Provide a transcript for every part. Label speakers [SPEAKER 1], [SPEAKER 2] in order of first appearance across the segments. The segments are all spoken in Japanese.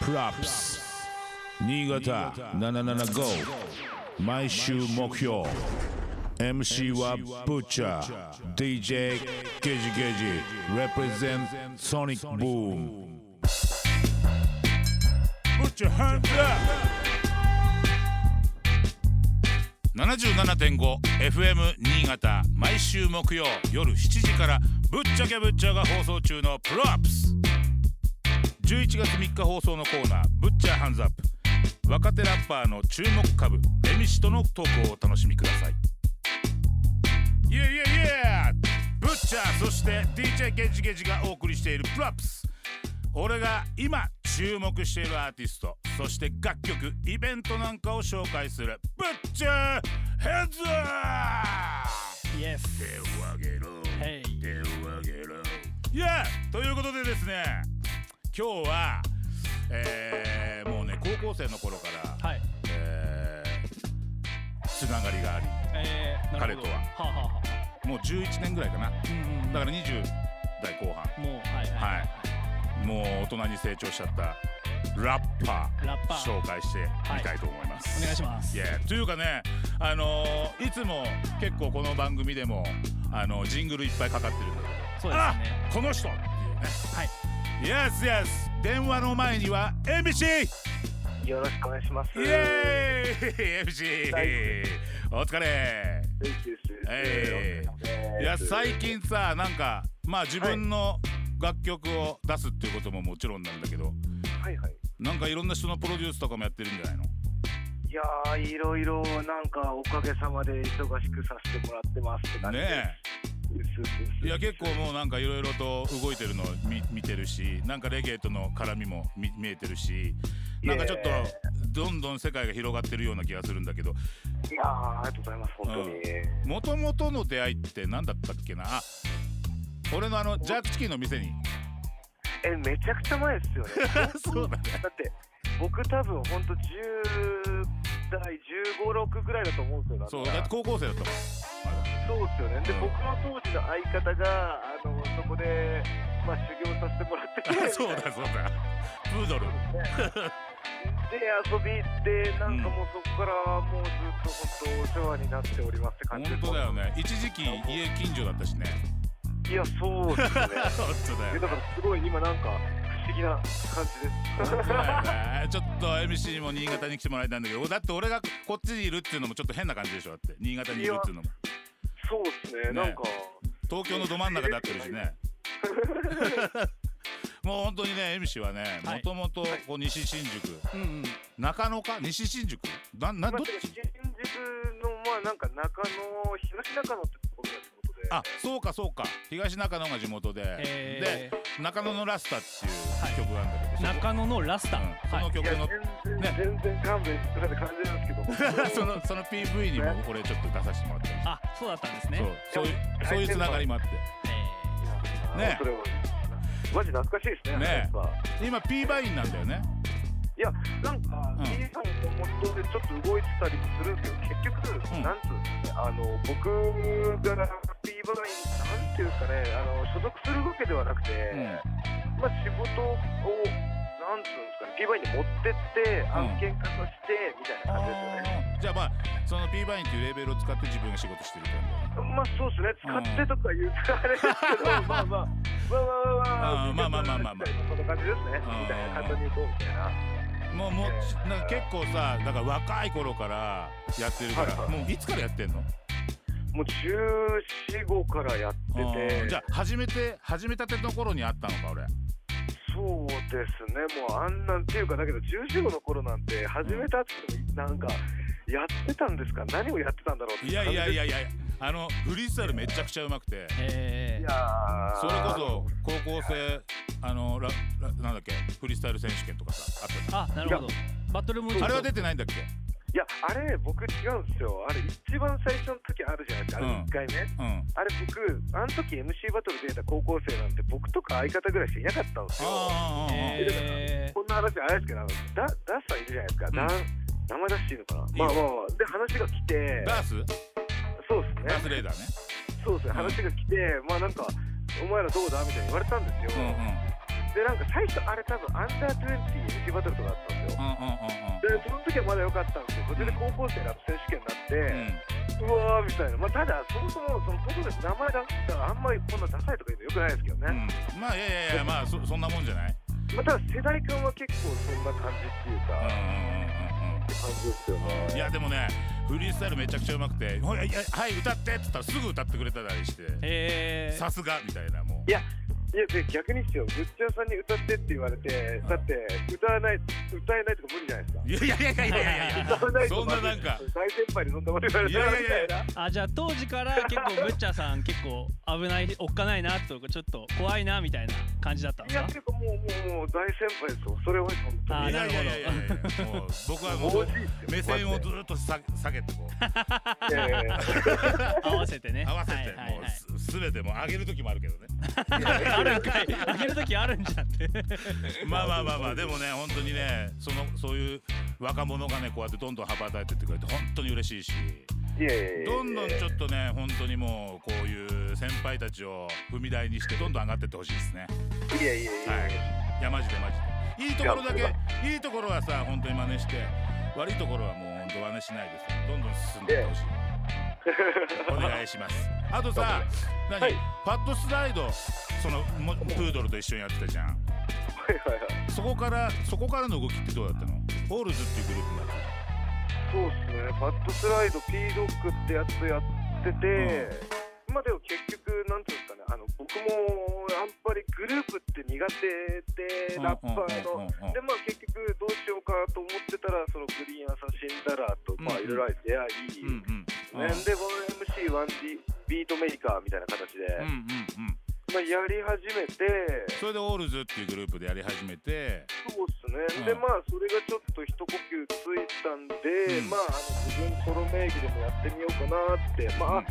[SPEAKER 1] プラップス新潟775毎週目標 MC はブッチャー DJ ゲジゲジ represent ソニックブーム Put your hands up!
[SPEAKER 2] 77.5FM 新潟毎週木曜夜7時からぶっちゃけぶっちゃが放送中のプロアップス11月3日放送のコーナー「ぶっちゃハンズアップ」若手ラッパーの注目株レミシとのトークをお楽しみくださいイエイエイエイぶっちゃそして DJ ゲジゲジがお送りしているプロアップス俺が今注目しているアーティストそして楽曲イベントなんかを紹介する「ぶっちゃヘッズアップ
[SPEAKER 3] Yes
[SPEAKER 2] 手を挙げろ
[SPEAKER 3] Hey
[SPEAKER 2] 手を挙げろいやということでですね今日は、えーもうね高校生の頃から、
[SPEAKER 3] はい
[SPEAKER 2] えーつながりがあり
[SPEAKER 3] えー、なるほ
[SPEAKER 2] 彼と
[SPEAKER 3] ど
[SPEAKER 2] は
[SPEAKER 3] はあ、はあは
[SPEAKER 2] もう11年ぐらいかなだ
[SPEAKER 3] あ、うんうん
[SPEAKER 2] から20代後半
[SPEAKER 3] もうはいはい、
[SPEAKER 2] はいもう大人に成長しちゃったラッパー
[SPEAKER 3] ラッパー
[SPEAKER 2] 紹介してみたいと思います、
[SPEAKER 3] お願いします
[SPEAKER 2] いやというかね、あのーいつも結構この番組でも、あのジングルいっぱいかかってるんだけど、
[SPEAKER 3] そうです
[SPEAKER 2] あ
[SPEAKER 3] ね
[SPEAKER 2] この人っていうね
[SPEAKER 3] はい
[SPEAKER 2] Yes, yes! 電話の前には MC!
[SPEAKER 4] よろしくお願いします。
[SPEAKER 2] イエーイ !MC!
[SPEAKER 4] 大
[SPEAKER 2] お疲れ
[SPEAKER 4] 元気です。
[SPEAKER 2] え
[SPEAKER 4] え
[SPEAKER 2] いや、最近さ、なんか、まあ自分の楽曲を出すっていうことももちろんなんだけど、
[SPEAKER 4] はいはい。
[SPEAKER 2] なんかいろんな人のプロデュースとかもやってるんじゃないの
[SPEAKER 4] いやー、いろいろなんかおかげさまで忙しくさせてもらってますって感じです。
[SPEAKER 2] ねえいや結構もうなんかいろいろと動いてるのを見見てるしなんかレゲエとの絡みも見見えてるしなんかちょっと
[SPEAKER 4] いや
[SPEAKER 2] どんどん世界が広がってるような気がするんだけど
[SPEAKER 4] いやー、ありがとうございます。本当に。
[SPEAKER 2] もともとの出会いって何だったっけなあ俺のあのジャークチキンの店に
[SPEAKER 4] え、めちゃくちゃ前です よね。
[SPEAKER 2] そうだね
[SPEAKER 4] だって僕多分本当10代15、6ぐらいだと思うんです
[SPEAKER 2] そ
[SPEAKER 4] よ。
[SPEAKER 2] う
[SPEAKER 4] だ
[SPEAKER 2] だっ
[SPEAKER 4] から
[SPEAKER 2] て高校生だったもん
[SPEAKER 4] そうですよね。で、
[SPEAKER 2] うん
[SPEAKER 4] 僕の当時の相方があのそこでまあ修行させてもらってて
[SPEAKER 2] あ そうだそうだプードル
[SPEAKER 4] で遊び行ってなんかもうそこからもうずっと本当お世話になっておりますって感じです
[SPEAKER 2] 本当だよね一時期家近所だったしね
[SPEAKER 4] いやそうですね
[SPEAKER 2] 本当だ
[SPEAKER 4] いや
[SPEAKER 2] よ
[SPEAKER 4] だからすごい今なんか不思議な 感じです
[SPEAKER 2] そうだよねちょっと MC も新潟に来てもらいたいんだけどだって俺がこっちにいるっていうのもちょっと変な感じでしょだって新潟にいるっていうのも
[SPEAKER 4] そうですね
[SPEAKER 2] ね
[SPEAKER 4] なんか
[SPEAKER 2] 東京のど真ん中で会ってるしね もう本当にね MC はね
[SPEAKER 3] は
[SPEAKER 2] も
[SPEAKER 3] い
[SPEAKER 2] ともとこう西新宿
[SPEAKER 3] うんうん
[SPEAKER 2] 中野か西新宿ななど
[SPEAKER 4] まあ
[SPEAKER 2] っ
[SPEAKER 4] 新
[SPEAKER 2] ち
[SPEAKER 4] 宿のまあなんか中野東中野ってところが仕事で
[SPEAKER 2] あそうかそうか東中野が地元で、
[SPEAKER 3] え
[SPEAKER 2] で中野のラスタって
[SPEAKER 3] はい
[SPEAKER 2] いう曲があるんだけど、
[SPEAKER 3] 中野のラスタ、
[SPEAKER 2] うんそ
[SPEAKER 3] はい
[SPEAKER 2] の曲
[SPEAKER 4] いや
[SPEAKER 2] の、
[SPEAKER 4] 全然、
[SPEAKER 2] ね
[SPEAKER 4] 全然勘弁してくれって感じなんですけ ど
[SPEAKER 2] そのその PV にもこれちょっと出させてもらってる
[SPEAKER 3] あそうだったんですね
[SPEAKER 2] そうそういうそういうつながりもあって
[SPEAKER 3] え
[SPEAKER 2] ね
[SPEAKER 4] それはマジ懐かしいですね
[SPEAKER 2] ね
[SPEAKER 4] やっぱ
[SPEAKER 2] 今 P バインなんだよね
[SPEAKER 4] いや、なんか、
[SPEAKER 2] うん
[SPEAKER 4] ミリさんのモットでちょっと動いてたりもするんですけど、結局、
[SPEAKER 2] うん
[SPEAKER 4] なんつうんですかね、あの、僕がピーバイン、なんていうんですかね、あの、所属するわけではなくて、
[SPEAKER 2] うん
[SPEAKER 4] まあ、仕事を、なんつうんですかね、ピーバインに持ってって、
[SPEAKER 2] ん
[SPEAKER 4] 案件化させて、みたいな感じですよね。
[SPEAKER 2] じゃあまあその P バインっていうレーベルを使って自分が仕事してるってことだね
[SPEAKER 4] まあそうですね、使ってとか言うとあれですけど、まあまあ、まあまあまあ、
[SPEAKER 2] うんまあまあまあまあまあ
[SPEAKER 4] そんな感じですね、みたいな、簡単に言うと、みたいな。
[SPEAKER 2] もうもうなんか結構さだから若い頃からやってるから、
[SPEAKER 4] はいはい
[SPEAKER 2] もういつからやってんの
[SPEAKER 4] もう14、5からやって
[SPEAKER 2] う
[SPEAKER 4] て
[SPEAKER 2] ん、じゃあ始めて始めたての頃にあったのか俺
[SPEAKER 4] そうですね、もうあんなんっていうか、だけど、14の頃なんて、始めたっていうのもなんか、やってたんですか、何をやってたんだろうって
[SPEAKER 2] いやいやいや
[SPEAKER 4] い
[SPEAKER 2] いやあのフリースタイルめちゃくちゃうまくて
[SPEAKER 3] ー、え
[SPEAKER 4] や
[SPEAKER 3] ー、
[SPEAKER 4] ー
[SPEAKER 2] それこそ高校生あのララなんだっけフリースタイル選手権とかさあったじ
[SPEAKER 3] あなるほどバトルも
[SPEAKER 2] ゃんあれは出
[SPEAKER 3] て
[SPEAKER 2] てないんだっけ
[SPEAKER 4] いや、あれ、僕、違うんですよ、あれ、一番最初の時あるじゃないですか、あ
[SPEAKER 2] うん
[SPEAKER 4] れ、1回目、
[SPEAKER 2] うん
[SPEAKER 4] あれ、僕、あの時 MC バトル出た高校生なんて、僕とか相方ぐらいしかいなかったんですよ、
[SPEAKER 2] あーあーあーあー
[SPEAKER 3] え
[SPEAKER 4] こんな話、あれですけど、あのダダッサンいるじゃないですか、
[SPEAKER 2] ん
[SPEAKER 4] ダン名前出していいのか
[SPEAKER 2] い
[SPEAKER 4] な、
[SPEAKER 2] い
[SPEAKER 4] ま
[SPEAKER 2] よ
[SPEAKER 4] あまあまあ、で、話が来て、
[SPEAKER 2] ダース
[SPEAKER 4] そうですね。
[SPEAKER 2] ダースレーダーね
[SPEAKER 4] そうですね、話が来て、まあなんか、お前らどうだみたいに言われたんです
[SPEAKER 2] うん
[SPEAKER 4] よ。
[SPEAKER 2] うん
[SPEAKER 4] でなんか最初あれ多分アンダー20 MC バトルとかあったんですよ
[SPEAKER 2] うんうん
[SPEAKER 4] でその時はまだ良かったんですけどそれで高校生ラップ選手権に
[SPEAKER 2] うんうん
[SPEAKER 4] なって、うわーみたいな、まあ、ただそもそもその高校生の名前出すからあんまりこんなダサいとか言うのよくないですけどね、
[SPEAKER 2] うんうんまあいやいやいやまあそそんなもんじゃない
[SPEAKER 4] まあ、ただ世代間は結構そんな感じってい
[SPEAKER 2] う
[SPEAKER 4] う
[SPEAKER 2] ん
[SPEAKER 4] か、
[SPEAKER 2] うんうんうん
[SPEAKER 4] 感じですよね
[SPEAKER 2] いやでもねフリースタイルめちゃくちゃうまくて「ほいいやはい歌って」っつったらすぐ歌ってくれたりして
[SPEAKER 3] えー
[SPEAKER 2] さすがみたいなもう
[SPEAKER 4] いやいやで逆にですよ、ぶっちゃさんに歌ってって言われて、だって歌わない、歌えないとか無理じゃないですか。
[SPEAKER 2] いやいやいやいやいや いや
[SPEAKER 4] 歌わないと
[SPEAKER 2] そんななんか
[SPEAKER 4] 大先輩にそんなこと言われたらみたいな。
[SPEAKER 3] あじゃあ当時から結構ブッチャーさん結構危ないおっかないなとかちょっと怖いなみたいな感じだったん
[SPEAKER 4] い
[SPEAKER 3] です
[SPEAKER 4] や、
[SPEAKER 3] か
[SPEAKER 4] ていうかもう、もう、もう大先輩ですよ。それは本当
[SPEAKER 3] あ
[SPEAKER 2] い
[SPEAKER 4] に。
[SPEAKER 2] やいやいやいやいやもう僕はもう
[SPEAKER 4] 惜しいっすよ
[SPEAKER 2] 目線をずっと下げ下げてこう
[SPEAKER 4] いやいやいや
[SPEAKER 3] 合わせてね
[SPEAKER 2] 合わせ
[SPEAKER 3] はい
[SPEAKER 2] て
[SPEAKER 3] はい
[SPEAKER 2] も
[SPEAKER 3] は
[SPEAKER 2] う
[SPEAKER 3] い
[SPEAKER 2] すすべてもう上げる時もあるけどね
[SPEAKER 3] あるんかいあげる時あるんじゃんって
[SPEAKER 2] まあまあまあまあでもね本当にねそのそういう若者がねこうやってどんどん羽ばたいてってくれて本当に嬉しいし
[SPEAKER 4] いやいやいや
[SPEAKER 2] どんどんちょっとね本当にもうこういう先輩たちを踏み台にしてどんどん上がってってほしいですね
[SPEAKER 4] いやいやいや
[SPEAKER 2] はい
[SPEAKER 4] や。
[SPEAKER 2] い。いや、マジでマジで。いいところだ
[SPEAKER 4] いや本
[SPEAKER 2] け、いいところはさ、本当に真似して、悪いところはもう本当真似しないです。どんどん進んでいってほしい。お願いします。あとさ、何、
[SPEAKER 4] はい
[SPEAKER 2] パッドスライド、そのもプードルと一緒にやってたじゃん。
[SPEAKER 4] はいはいはい。
[SPEAKER 2] そこから、そこからの動きってどうだったのオールズっていうグループになっ
[SPEAKER 4] そうっすね、パッドスライド、P ドッグってやつやってて、まあでも結局、なんていうんですかね、あの僕もあんまりグループって苦手で、
[SPEAKER 2] うん
[SPEAKER 4] ラッパー
[SPEAKER 2] うんうん
[SPEAKER 4] の
[SPEAKER 2] うんうん、
[SPEAKER 4] で、まあ結局、どうしようかと思ってたら、そのグリーンアサシンダラーと、まあ
[SPEAKER 2] うん
[SPEAKER 4] い
[SPEAKER 2] うん
[SPEAKER 4] ろいろ出会
[SPEAKER 2] たうんうん。
[SPEAKER 4] い、ね、で、この MC1D ビートメーカーみたいな形で、
[SPEAKER 2] うんうんうん。
[SPEAKER 4] まあやり始めて、
[SPEAKER 2] それでオールズっていうグループでやり始めて、
[SPEAKER 4] そうですね、
[SPEAKER 2] うん
[SPEAKER 4] でまあそれがちょっと一呼吸ついたん
[SPEAKER 2] う
[SPEAKER 4] で、
[SPEAKER 2] ん
[SPEAKER 4] まああの自分ソロ名義でもやってみようかなってまあ、
[SPEAKER 2] うんうん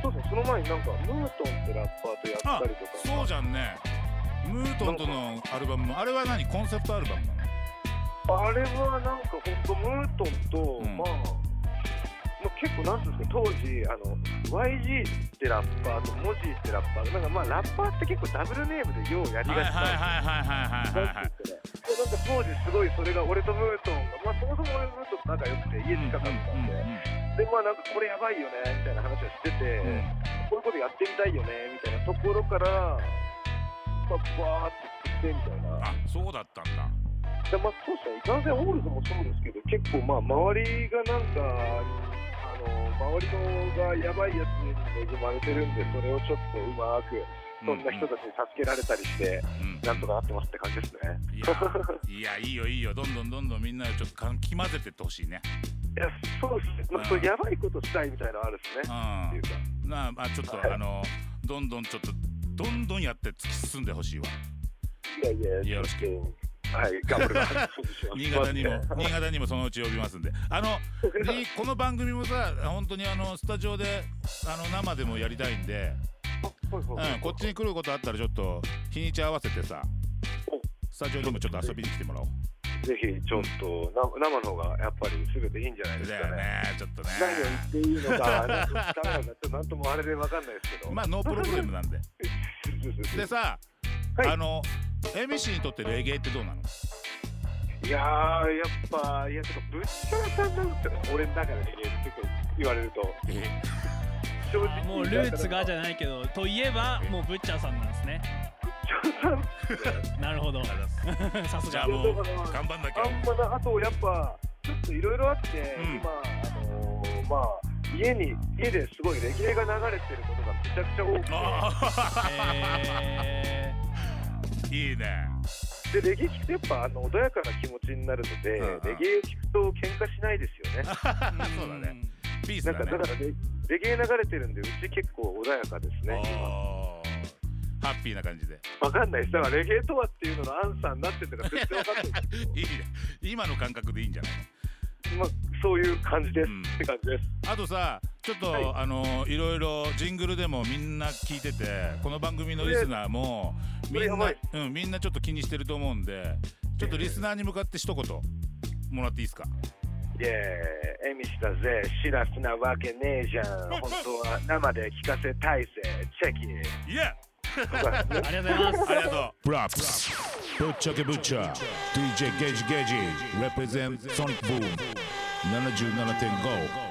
[SPEAKER 4] そうですねその前になんかムートンってラッパーとやったりとか
[SPEAKER 2] そうじゃんね。ムートンとのアルバムも、あれは何コンセプトアルバムなの
[SPEAKER 4] あれはなんか本当ムートンと、
[SPEAKER 2] うん
[SPEAKER 4] まあまあ結構なんていうんですか当時あの YG ってラッパーとモジーってラッパーでなんかまあラッパーって結構ダブルネームでようやりがち
[SPEAKER 2] はいはい
[SPEAKER 4] なんですよ
[SPEAKER 2] はいはいはいはいはい
[SPEAKER 4] なん。ていうんですかねでなんか当時すごいそれが俺とムートンが、まあ、そもそも俺ムートンと仲良くて家近かったんで、でまあなんかこれやばいよねみたいな話をしてて、こういうことやってみたいよねみたいなところから、まあ、バーって作ってみたいな
[SPEAKER 2] あそうだったんだ。
[SPEAKER 4] でまあそうですねいかんせんオールズもそうですけど結構まあ周りがなんかあの周りのがやばいやつに恵まれてるんでそれをちょっとうまくそんな人たちに助けられたりして、なんとかなってますって感じですね
[SPEAKER 2] いやいやいいよいいよどんどんどんどんみんなでちょっとかき混ぜてってほしいね。
[SPEAKER 4] いやそうですね、まあ、そうやばいことしたいみたいなのあるんですね
[SPEAKER 2] う
[SPEAKER 4] って
[SPEAKER 2] ん
[SPEAKER 4] いう。か
[SPEAKER 2] なあちょっとあのどんどんちょっとどんどんやって突き進んでほしいわ。
[SPEAKER 4] いやいや
[SPEAKER 2] よろしく
[SPEAKER 4] ちょっとはい頑張ります
[SPEAKER 2] 新潟にも
[SPEAKER 4] はい
[SPEAKER 2] 新潟にもそのうち呼びますんで。あのにこの番組もさ本当にあのスタジオであの生でもやりたいんで、
[SPEAKER 4] はい
[SPEAKER 2] うん、こっちに来ることあったらちょっと日にち合わせてさ
[SPEAKER 4] お
[SPEAKER 2] スタジオにもちょっと遊びに来てもらおう。
[SPEAKER 4] ぜひちょっとな生の方がやっぱり全ていいんじゃないです
[SPEAKER 2] だ
[SPEAKER 4] か
[SPEAKER 2] よ
[SPEAKER 4] ね。
[SPEAKER 2] ねちょっとね。
[SPEAKER 4] 何を言っていいのか、なんかダメなんだちょっとなんともあれでわかんないですけど。
[SPEAKER 2] まあノープロブレムなんで。でさ、
[SPEAKER 4] はい
[SPEAKER 2] あの MC にとってレゲエってどうなの
[SPEAKER 4] いやーやっぱいやちょっとぶっちゃけさんなんですよね。俺の中でね結構言われると
[SPEAKER 2] え
[SPEAKER 4] 正
[SPEAKER 3] あ
[SPEAKER 4] 直
[SPEAKER 3] もうルーツがじ
[SPEAKER 4] ゃ
[SPEAKER 3] ゃないけどといえばもうブッチャーさんなんですね
[SPEAKER 4] ぶっちゃけさん
[SPEAKER 3] なる ほどさす
[SPEAKER 2] じゃ
[SPEAKER 3] が
[SPEAKER 2] あもう頑張んなきゃ
[SPEAKER 4] あんまなあとやっぱちょっといろいろあって、
[SPEAKER 2] うん
[SPEAKER 4] 今あのーまあ家に家ですごいレゲエが流れてることがめちゃくちゃ多くて。
[SPEAKER 2] あ
[SPEAKER 3] え
[SPEAKER 2] ーいいね
[SPEAKER 4] でレゲエ聞くとやっぱあの穏やかな気持ちになるので、
[SPEAKER 2] うんうん
[SPEAKER 4] レゲエを聞くと喧嘩しないですよね。
[SPEAKER 2] あ
[SPEAKER 3] ー
[SPEAKER 2] そうだねピースだ
[SPEAKER 4] なんか
[SPEAKER 2] ね
[SPEAKER 4] だからレレゲエ流れてるんでうち結構穏やかです
[SPEAKER 2] おー
[SPEAKER 4] ね。
[SPEAKER 2] ハッピーな感じで
[SPEAKER 4] わかんないです。だからレゲエとはっていうののアンサーになってるのか全然わかんな いで
[SPEAKER 2] い
[SPEAKER 4] す
[SPEAKER 2] いね今の感覚でいいんじゃない
[SPEAKER 4] けど、まあそういう感じです、
[SPEAKER 2] うん
[SPEAKER 4] って感じです。
[SPEAKER 2] のあとさちょっと、
[SPEAKER 4] はい
[SPEAKER 2] あのいろいろジングルでもみんな聞いててこの番組のリスナーも
[SPEAKER 4] そ
[SPEAKER 2] み
[SPEAKER 4] れ
[SPEAKER 2] ん
[SPEAKER 4] やば、
[SPEAKER 2] ないうん、みんなちょっと気にしてると思うんでちょっとリスナーに向かって一言もらっていいですか
[SPEAKER 4] イエーイ、エミシだぜ、シラ スなわけねえじゃん。本当は生で聞かせたいぜ、チェキ。
[SPEAKER 2] いや
[SPEAKER 3] りがとうございます
[SPEAKER 5] ありがとう
[SPEAKER 2] Props. Butcher ke Butcher. DJ Gage Gage. Represent Sonic Boom. 77.5.